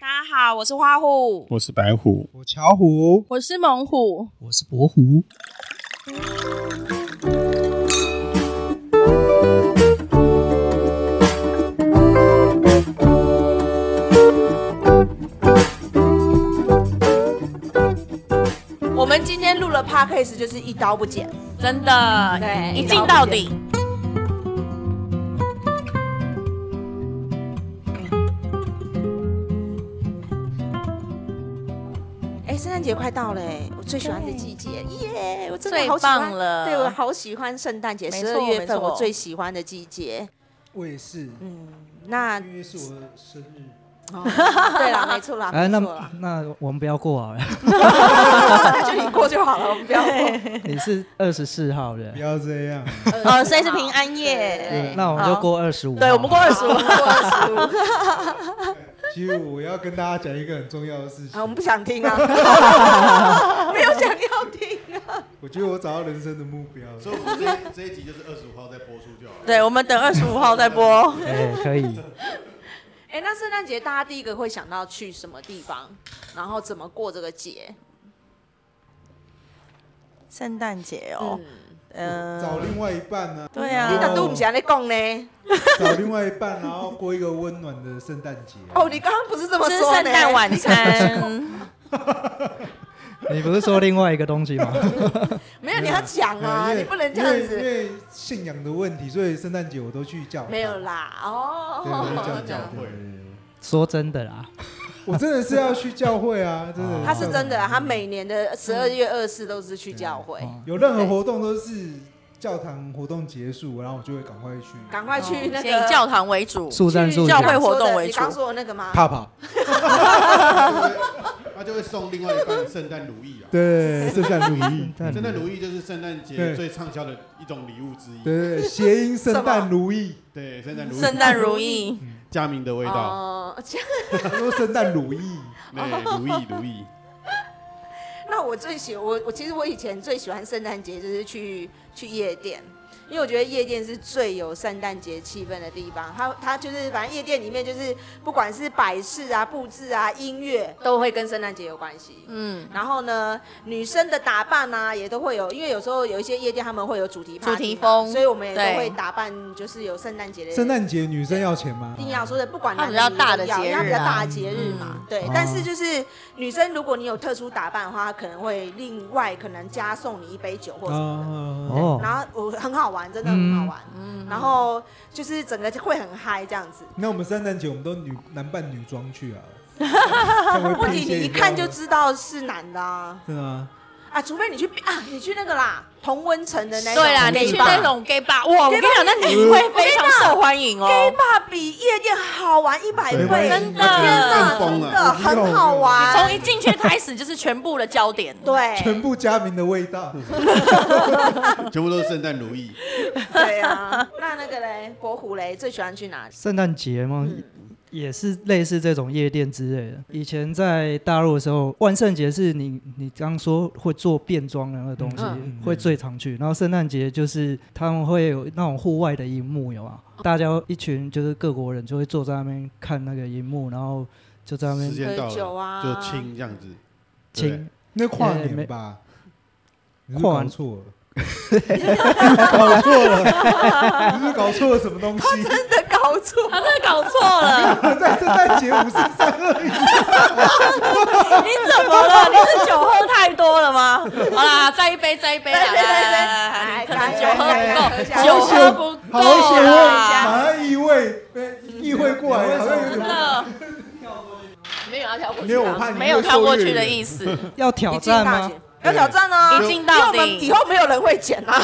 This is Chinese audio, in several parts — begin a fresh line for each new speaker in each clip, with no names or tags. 大家好，我是花虎，
我是白虎，
我巧虎，
我是猛虎。
我是博虎。
我们今天录了 podcast 就是一刀不剪，
真的，
对
一镜到底。
哎，圣诞节快到了哎，我最喜欢的季节，耶！我真的
最
好喜欢
棒了
对我好喜欢圣诞节，
没
十
错
二月
没
份
错
我最喜欢的季节。
我也是，
嗯， 那
因为是我的生日，
哦对啦，啊没错啦，
哎，
没
那
错啦，
那我们不要过 啊好了，
那就你过就好了，我们不 要过。
你是二十四号的
不，要这样。
呃，所以是平安夜
对，那我们就过二十五。
对，我们过。二十五，过 二十五。
其实我要跟大家讲一个很重要的事
啊，我们
情，
不想听 啊，没有想要听啊。
我觉得我找到人生的目标了。
所以我们这这一集就是二十五号再播出就好了。
对，我们等二十五号再播。
哎，可以。
哎，那圣诞节大家第一个会想到去什么地方，然后怎么过这个节？
圣诞节哦
嗯，，
嗯、
找另外一半呢、
对
你
啊
哪都不想在讲呢？
找另外一半，然后过一个温暖的圣诞节。
哦，你刚刚不是这么
吃
说呢
圣诞晚餐，
你不是说另外一个东西 吗？
没有，你要讲啊，
哎因为
你不能这样
因
子。
为因为信仰的问题，所以圣诞节我都去教会。
没有啦，哦，
对，我都去教
这样
教会。对对对
说真的啦，
我真的是要去教会啊，真的。
他是真的啊，他每年的十二月二十四都是去教会，
哦
有任何活动都是教堂活动结束，然后我就会赶快去
赶快去那
先
个
以教堂为主。
速战速
去
决
教会活动为主
你刚说的那个吗？
怕跑。
他就会送另外一半圣诞如意啊。
对，圣诞如意。
但
圣诞如意就是圣诞节
对
最畅销的一种礼物之一。
对对，谐音圣诞如意，
对，圣诞如意，
圣诞如意，
佳明的味道。
哦，这样
他说圣诞如意，
对，如意如意。
那我最喜我我其实我以前最喜欢圣诞节就是去去夜店，因为我觉得夜店是最有圣诞节气氛的地方。它它就是反正夜店里面就是不管是摆饰啊、布置啊、音乐都会跟圣诞节有关系。
嗯，
然后呢，女生的打扮啊，也都会有，因为有时候有一些夜店他们会有主题 party 嘛
主题风
所以我们也
对
都会打扮，就是有圣诞节的。
圣诞节女生要钱吗
一？定要说的，不管
它
男
比
女
较
都
大的
要
节
因为它比
日
较
啊
大的节日嘛
嗯，
对
哦。
但是就是女生，如果你有特殊打扮的话，她可能会另外可能加送你一杯酒或什么的。
哦，
哦，
然后我很好玩，真的很好玩。
嗯
然后就是整个会很嗨这样子。
那我们圣诞节我们都女男扮女装去 啊。
问题你一看就知道是男的啊，
真的吗？
啊，除非你去啊，你去那个啦，同温层的那种
对啦，
地
你去
方
那种 gay bar，哇，我跟
gay
你讲，
bar
那你会非常受欢迎哦
gay。bar 比夜店好玩一百
对
倍，
真
的
更
真
疯
的
了
很好玩。
从一进去开始就是全部的焦点。
对，
全部加名的味道，
哎全部都是圣诞如意。
对啊，那那个嘞，博虎嘞最喜欢去哪里？
圣诞节吗？
嗯
也是类似这种夜店之类的。以前在大陆的时候，万圣节是你你刚说会做变装的那个东西
嗯
嗯，
会最常去。然后圣诞节就是他们会有那种户外的荧幕，有啊，
嗯
大家一群就是各国人就会坐在那边看那个荧幕，然后就在那
时
边
间到
喝酒
了，
啊，
就亲这样子。对
亲。
那跨年
哎
吧？你是不是搞错了，
搞错了，
你是不是搞错了什么东西？
真的搞错，
他真的搞错了，
在圣诞节五十三二一，
你怎么了？你是酒喝太多了吗？ 好啦，再一杯，再一杯啦，来来来来来，可能酒喝不够，酒喝不
好险！
够啊
我
啦，
马上意味呃意会过来，好像有
真
点
的。没有要跳过去
没有我怕
的，
你
没有
会
跳过
受
去的
孕
意思。
要
一
挑
镜
战
到
吗
底？，要挑战啊！
一镜到
因为我们
底
以，后没有人会剪啊，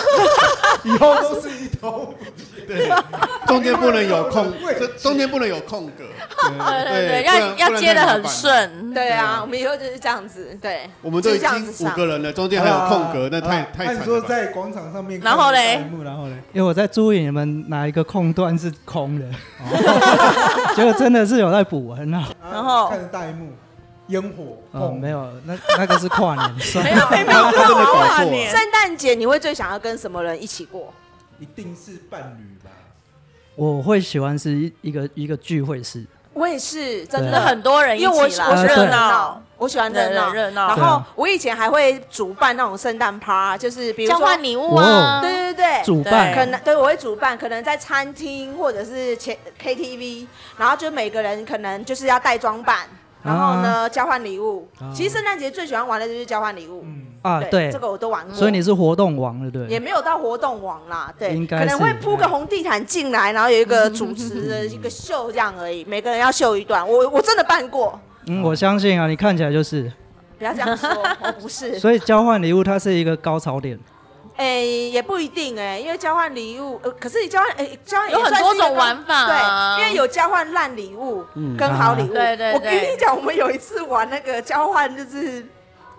以后都是一 头。
对，中间不能有 空，这中间不能有空格。
对对对，
对不
要
然
要接的很。
不然太麻烦了
顺。
对啊，
啊
我们以后就是这样子，对，
我们都已
就这样子
经
上
五个人了，中间还有空格，那太太
那
惨
啊你说
了吧。
在广场上面，
然后嘞，
然后嘞，
因为我在注意你们哪一个空段是
哦
空的，结果真的是有在补，很好。
然后
啊看着大荧幕，烟火，
呃，
哦，
没有，那那个是跨年算
没。有没有没有，
他真的搞错了。
圣诞节你会最想要跟什么人一起过？
一定是伴侣吧？
我会喜欢是一一个一个聚会式，
我也是，真
对
真的
的很。
很多人一
因为我
起
喜
啦，
我喜欢
对
热
热
闹
闹，，我喜欢热
对
闹
热闹
然
对
后
啊
我以前还会主办那种圣诞趴，就是比如
交
说，
换礼物啊，
对对对，
主办
可能对我会主办，可能在餐厅或者是前 KTV，然后就每个人可能就是要带装扮，然后呢、交换礼物。
啊
其实圣诞节最喜欢玩的就是交换礼物，
嗯，
啊，对
这，个我都玩过。
所以你是活动王对不
也
对？
没有到活动网啦，对，
应该
可能会
是
铺个红地毯进来，然后有一个主持的一个秀这样而已，每个人要秀一段。我我真的办过，
嗯，我相信啊，你看起来就是。
不要这样说，我不 是。
所以交换礼物它是一个高潮点，
哎、也不一定哎、因为交换礼物，呃，可是你交换，哎、交换也
有很
算是
多
一个
种玩法啊
对，因为有交换烂礼物
嗯
跟好礼物。
啊对对
我跟
对
你讲，我们有一次玩那个交换，就是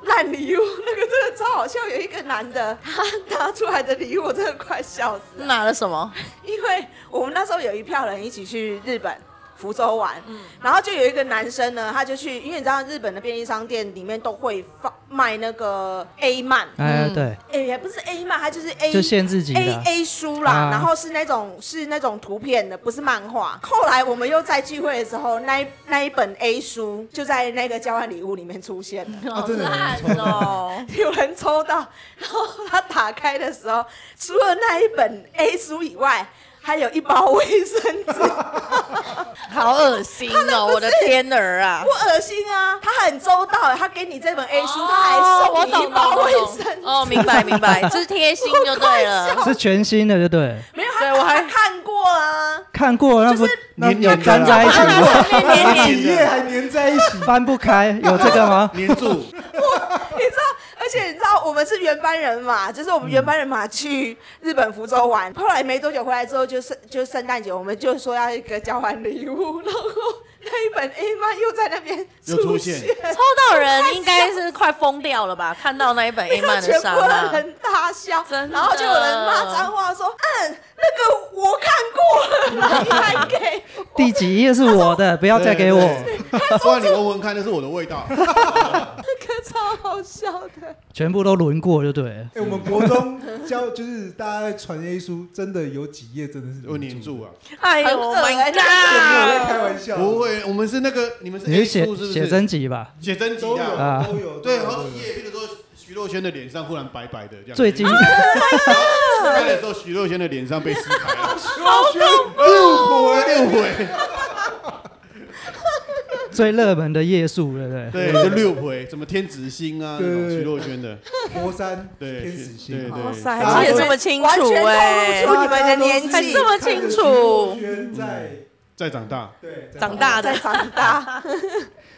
烂礼物，那个真的超好笑。有一个男 的，他拿出来的礼物，我真的快笑死了，
拿了什么？
因为我们那时候有一票人一起去日本。福州玩，
嗯
然后就有一个男生呢，他就去，因为你知道日本的便利商店里面都会放卖那个 A 漫，
哎，
嗯
对，
哎、也不是 A 漫，他就是 A
就限制级
A
的
A 书啦，
啊
然后是那种是那种图片的，不是漫画。后来我们又在聚会的时候，那一那一本 A 书就在那个交换礼物里面出现了，
啊真的有
烂
人 抽
哦，
有人抽到，然后他打开的时候，除了那一本 A 书以外，还有一包卫生纸，
好恶心哦！我的天儿啊！
不恶心啊？他很周到，他给你这本 A 书，他还
哦
送你一包卫生纸。
哦，明白明 白，这是贴心就对了。
是全新的，对不对？
没有，
对
他
我还
他看过啊，
看过那不
那
有
那
粘在一起
他拿
吗，
上面黏黏
几页还粘在一起，
翻不开，有这个吗？
黏住，
你知道，而且你知道我们是原班人马，就是我们原班人马去日本福州玩，后来没多久回来之后就圣就圣诞节，我们就说要一个交换礼物，然后那一本 A 漫又在那边
又出
现，
现
抽到 人应该是快疯掉了吧？看到那一本 A 漫的
全
伤
部的
啊，
人大笑，
真的
然后就有人骂脏话说：“嗯，那个我看过了，然后你还给
第几页是我的，不要再给我。
对。对不然你闻闻看，那是我的味 道。
那个超好笑的。
全部都轮过就对了。
哎、我们国中教就是大家在传 A 书，真的有几页真的是
有黏住啊？
哎呦
很
my
恶
我在
god！
开玩笑，
不会，我们是那个，你们是
你
A
是写
书是不
写
是？
真集吧？
写真集
都有
啊，
啊
都有，
对，
都有
好
都
几
有
页，比如说徐若瑄的脸上忽然白白的这样。
最近
啊撕开的时候，徐若瑄的脸上被撕开了，
好恐 怖，
六回六回，
最热门的页数，对不对？
对，就六回，什么天子星啊，
对
那种徐若瑄的，
魔山
对，
天使
对
星，
对，
塞
大家
而且
都
是
这么清楚
完全
欸
透露出你们的年
还
纪，
这么清楚，
在
在长大，
对
长大的
在长大。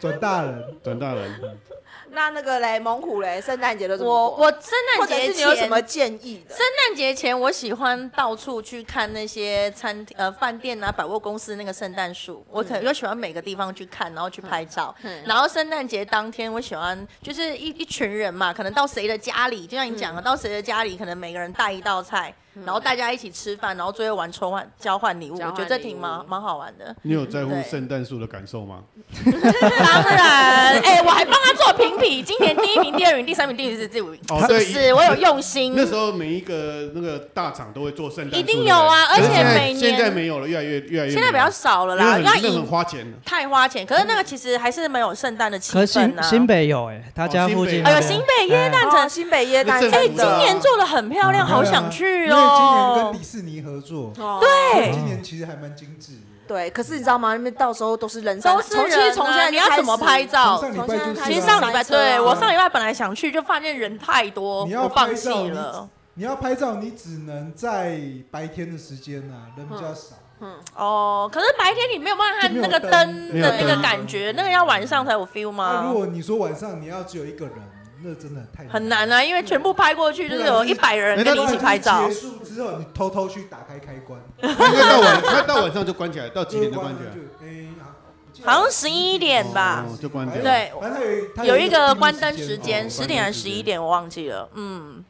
转大人，
长大人，
那那个嘞，蒙古嘞，圣诞节都怎么
我
过
我圣
或
诞
者
节
是你有
前，
什么建议的？
圣诞节前我喜欢到处去看那些餐厅、呃饭店啊、百货公司那个圣诞树，我可能就喜欢每个地方去看，然后去拍照。
嗯
然后圣诞节当天，我喜欢就是一一群人嘛，可能到谁的家里，就像你讲的，到谁的家里，可能每个人带一道菜，然后大家一起吃饭，然后最后玩抽换交换礼物，
交
我
换
觉得这
礼
挺
物
蛮蛮好玩的。
你有在乎
对
圣诞树的感受吗？
当然，哎、我还帮他做评比，今年第一名、第二名、第三名、第四名、第五名，
哦
是不
对
是？我有用心。
那时候每一个那个大厂都会做圣诞树，
一定
对不对
有啊而且
现在
每年
现在没有了，越来越越来越没有了，
现在比较少了啦，
因为
要
很那很
赢
花钱 的。
太花钱，可是那个其实还是没有圣诞的气
可是
氛
新
呐、
新北有哎，他家附近
哦
哎
新北
那边。
呦，新北耶诞
哦
城，
新北耶诞
那
城
政
的，
府
哎，
的
今年做的很漂亮，
嗯
好想去
哎因为今年
哦
跟嗯迪。士尼合作，
哦
对，
今年其实还蛮精致的。
对，可是你知道吗？那边到时候都是人山，
都是
从其实
人
从
啊
现在
你要怎么拍照？
从上
从
礼
现在
拜就
开
其实
始
是
上礼
啊，
拜，对
哦
我上礼拜本来想去，就发现人太多，
你
我
要
放
拍
弃
照，你
了。
你要拍照，你只能在白天的时间呐，人比较少。
嗯哦，可是白天你没有办法看那个灯
没有
的
灯
那个感觉，那个要晚上才有 feel
那如
吗？
果你说晚上你要只有一个人，那真的太哎
很难啊，因为全部拍过去就是有一百人跟你一起拍照
结。束之后，你偷偷去打开开关，
应该到晚，他到晚上就关起来，到几点就关起来？
就？哎，我记得
好像十一点吧，
哦就关掉。
对
反正它有它
有一个
定义
关灯时间，
间哦
十点还是十一点，我忘记了。嗯，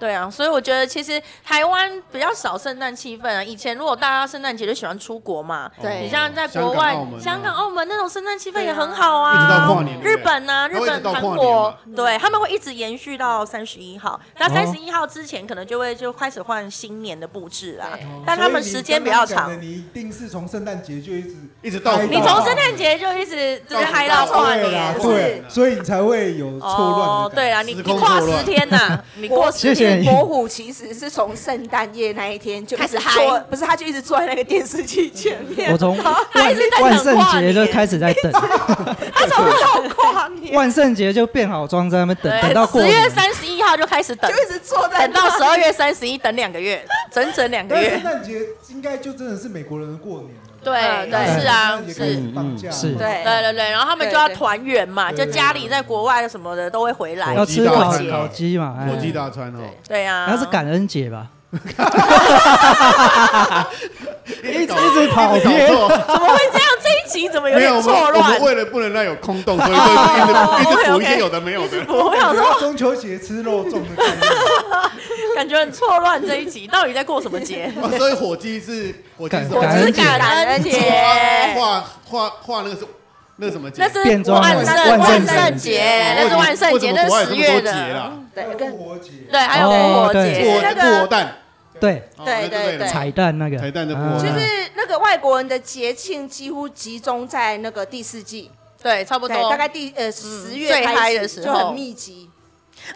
对啊，所以我觉得其实台湾比较少圣诞气氛啊。以前如果大家圣诞节就喜欢出国嘛，
哦
对
你像在国外，哦香港、澳门那啊种圣诞气氛也很好
啊一直到
啊。
跨年，
日本呐、
然
日
后一直
本、
到
韩
跨年
国
嘛，
对他们会一直延续到三十一号。那
哦
三十一号之前可能就会就开始换新年的布置啦
对。
但他们时间比较长
所以你刚刚讲的你一定是从圣诞节就一直
一直到
你从圣诞节就一直就是嗨到跨
对
年
啦，
是
对，啊所以你才会有错乱
哦
的，感觉
对啦，你
时
你
空
跨
错
十
乱
天呐、你过
我
谢谢你
伯虎其实是从圣诞夜那一天就
开始
一直坐
嗨
不是，他就一直坐在那个电视机前面，
哎我从
他一直在
万
等
圣
跨
节
年，
就开始在等，
他从头跨年
万圣节就变好装在那边等，等到过
十
年
月三十一号就开始等
就，一直坐在
等到
那
十二月三十一，等两个月，整整两个
但圣
月。
诞节应该就真的是美国人的过年了。
对
嗯对
是啊
圣诞节
是
开始放假
嗯是
对
对对对，然后他们就要
对对
团圆嘛，就
对对
家里在国外什么的都会回来
要
火鸡
吃
大
烤
餐
烤鸡嘛，
国际
哎，
大餐哦，
对啊，
那是感恩节吧？
一直
一直跑偏
错，
怎么会这样？这一集怎么有
没
点
有我们
错
我们
乱？哦
为了不能让有空洞，所以就一直一直补一些有的没有
一直
的。
不，我想
感
说
觉中秋节吃肉粽的概念，
感觉很错乱，这一集到底在过什么节？
哦所以火鸡是火鸡是什么
感恩
是
节
感恩节，
画画画那个是那是什么节？哦
那是
变装
万圣
万
万
圣节
圣节，那是万圣节，
为什
那
么国外有
是
这
十月
么多节
的，嗯
啦
对
跟
跟
复活节
对，还有复
哦
活
对
复
节，
活
那个
复活蛋，
对，
哦
对
那就
对
了
彩蛋那个
彩蛋的部分
啊
就是那个外国人的节庆几乎集中在那个第四季，
对，差不
对，
多
大。概第呃十月
最
开
嗨
始
的时
就
候
很密集，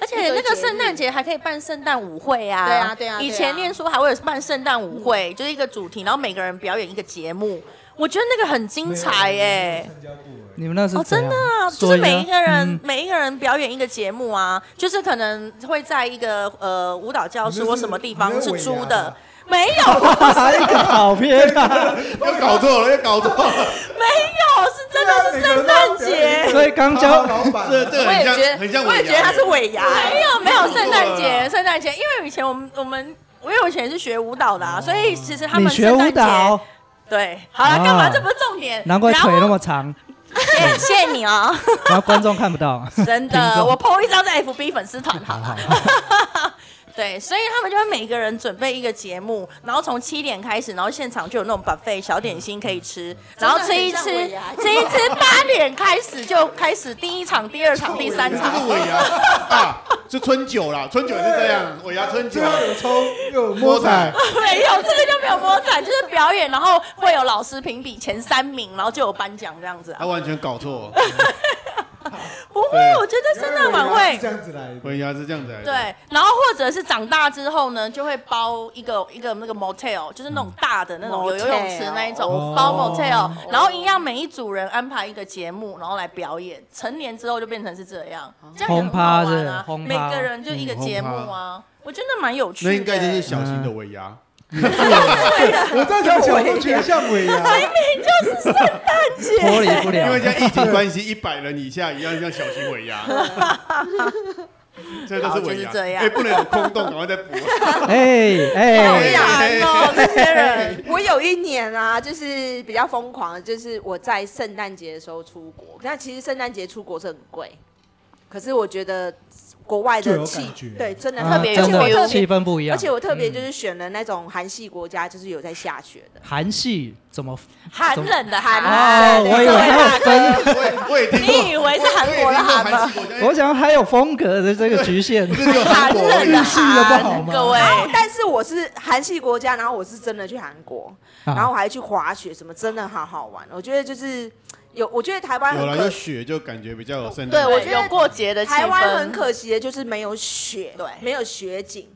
而且那个圣诞节还可以办圣诞舞会啊！
对啊对啊对啊
以前念书还会有办圣诞舞会，就是一个主题，然后每个人表演一个节目，我觉得那个很精彩耶、
参加过哎
你们那是
哦，真的啊、
啊
就是每一个人、每一个人表演一个节目啊，就是可能会在一个呃舞蹈教室或什么地方是租的，没有啊
一个跑偏啊，
又搞错了，又搞错了，
没 有，是真的是圣诞 节，
所以刚
教
教
老 板啊
这这
我也
很像
觉
很像
得，我也
尾
觉得
牙
他是尾牙，
没有没有啊圣诞
错了
节，圣诞节，因为以前我们我们。因为我以前是学舞蹈的、啊，所以其实 他
你
们
学
圣
舞
诞节
蹈，
对，好了，
啊
干嘛？这不是重点。
难怪
然
腿
后
那么长，
谢 谢谢你哦，
然后观众看不 到。
真
听
的，
众
我 PO 一张在 FB 粉丝团好了。
好
对，所以他们就会每个人准备一个节目，然后从七点开始，然后现场就有那种 buffet 小点心可以吃，然后吃一吃
真的很像尾牙，
吃一吃，八点开始就开始第一场、第二场、第三
这
场
是。尾牙啊，是春酒啦，春酒也是这样，尾牙春酒啊
最，后有抽又
啊
有摸
摸
彩
彩，，
没有，这个就没有摸彩，就是表演，然后会有老师评比前三名，然后就有颁奖这样子啊
他。完全搞错，
不会，
对
我觉得圣诞晚
原来
会
是这样子来的。
尾牙是这样子来的。
对，然后或者是长大之后呢，就会包一个一个那个 motel，就是那种大的那种
Motel
有游泳池那一种
哦
包 motel，然后一样每一组人安排一个节目，然后来表演。成年之后就变成是这样，这样也很好玩啊，
轰趴是轰
每
趴
个人就一个节目啊，我觉得蛮有趣的
那
欸。
应该就是小型的尾牙，
我这样讲，我觉得像尾牙，
脱离不
因
了
为。现在疫情关系，一百人以下一样像小型尾牙。这都是尾
好就是
牙，
这样
哎，不能有空洞，赶快再补。啊
哎
好
哎，
难哦，这些人。
我有一年啊，就是比较疯狂，就是我在圣诞节的时候出国。但其实圣诞节出国是很贵，可是我觉得国外
就
的
有
气
感觉
对真的
啊
特别，
有
而
真
且我
有嗯
的
特
气
别，
氛不一样。
而且我特别就是选了那种韩系国家，就是有在下雪的。
韩系怎么
寒冷的寒
啊
哦，
冷，
我以为还有分，
我也我也听过，
你以为是韩国的韩吗
我也听过韩系国家？哎
我想还有风格的这个局 限
不。是只有韩
寒
国而
冷
已
的
日系的不好
寒，
吗
各位。
但是我是韩系国家，然后我是真的去韩国，
啊
然后我还去滑雪，什么真的好好玩。我觉得就是有，我觉得台湾
有
很
了
可
有雪就感觉比较有圣
对
诞。
我
我
觉
觉
得
得有过节的气氛，
台湾很可惜的就是没有雪，
对
没有雪景。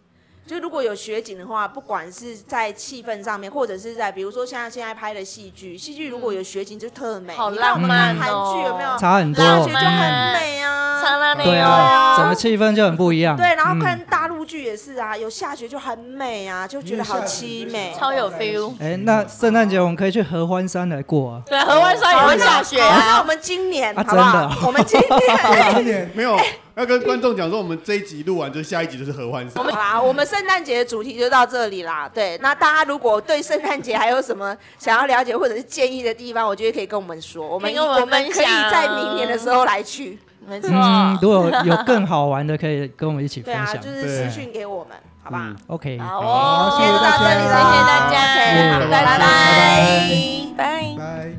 就如果有雪景的话，不管是在气氛上面，或者是在比如说像现在拍的戏剧，戏剧如果有雪景就特美，
嗯好
你看我们
浪
看
漫
韩
哦
剧有没有？
差很多
大
浪
学就很美啊。
长了没
对
有？
啊，整个气氛就很不一样。
对，然后
嗯
看大陆剧也是啊，有下雪就很美啊，就 觉得好凄美。
嗯超有 feel
哎，那圣诞节我们可以去合欢山来过啊。
对，合欢山也会下雪
好那
啊
我。们今年好
啊
不好
真？
我们今 年。
今年
没有要跟观众讲说，我们这一集录完，就下一集就是合欢山
好。啦，我们圣诞节的主题就到这里啦。对，那大家如果对圣诞节还有什么想要了解或者是建议的地方，我觉得可以跟我们说，我
可
们
以跟我们
们可以
分享
在明年的时候来去。
没错。
嗯，如果有更好玩的，可以跟我们一起
对
分
啊，
享
就。是
对
私讯给我们，好吧？
嗯
OK，
好
好
哦，
谢
今
谢
天就到这里了，谢谢大
大
家
家，
OK，
拜拜
拜拜，
拜。
拜。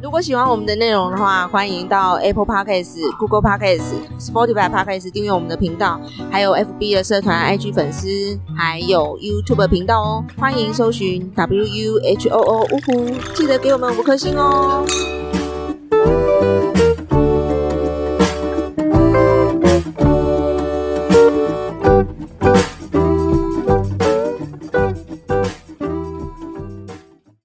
如果喜欢我们的内容的话，欢迎到 Apple Podcast、Google Podcast、Spotify Podcast 订阅我们的频道，还有 FB 的社团、IG 粉丝，还有 YouTube 频道哦。欢迎搜寻 W U H O O 呜呼，记得给我们五颗星哦。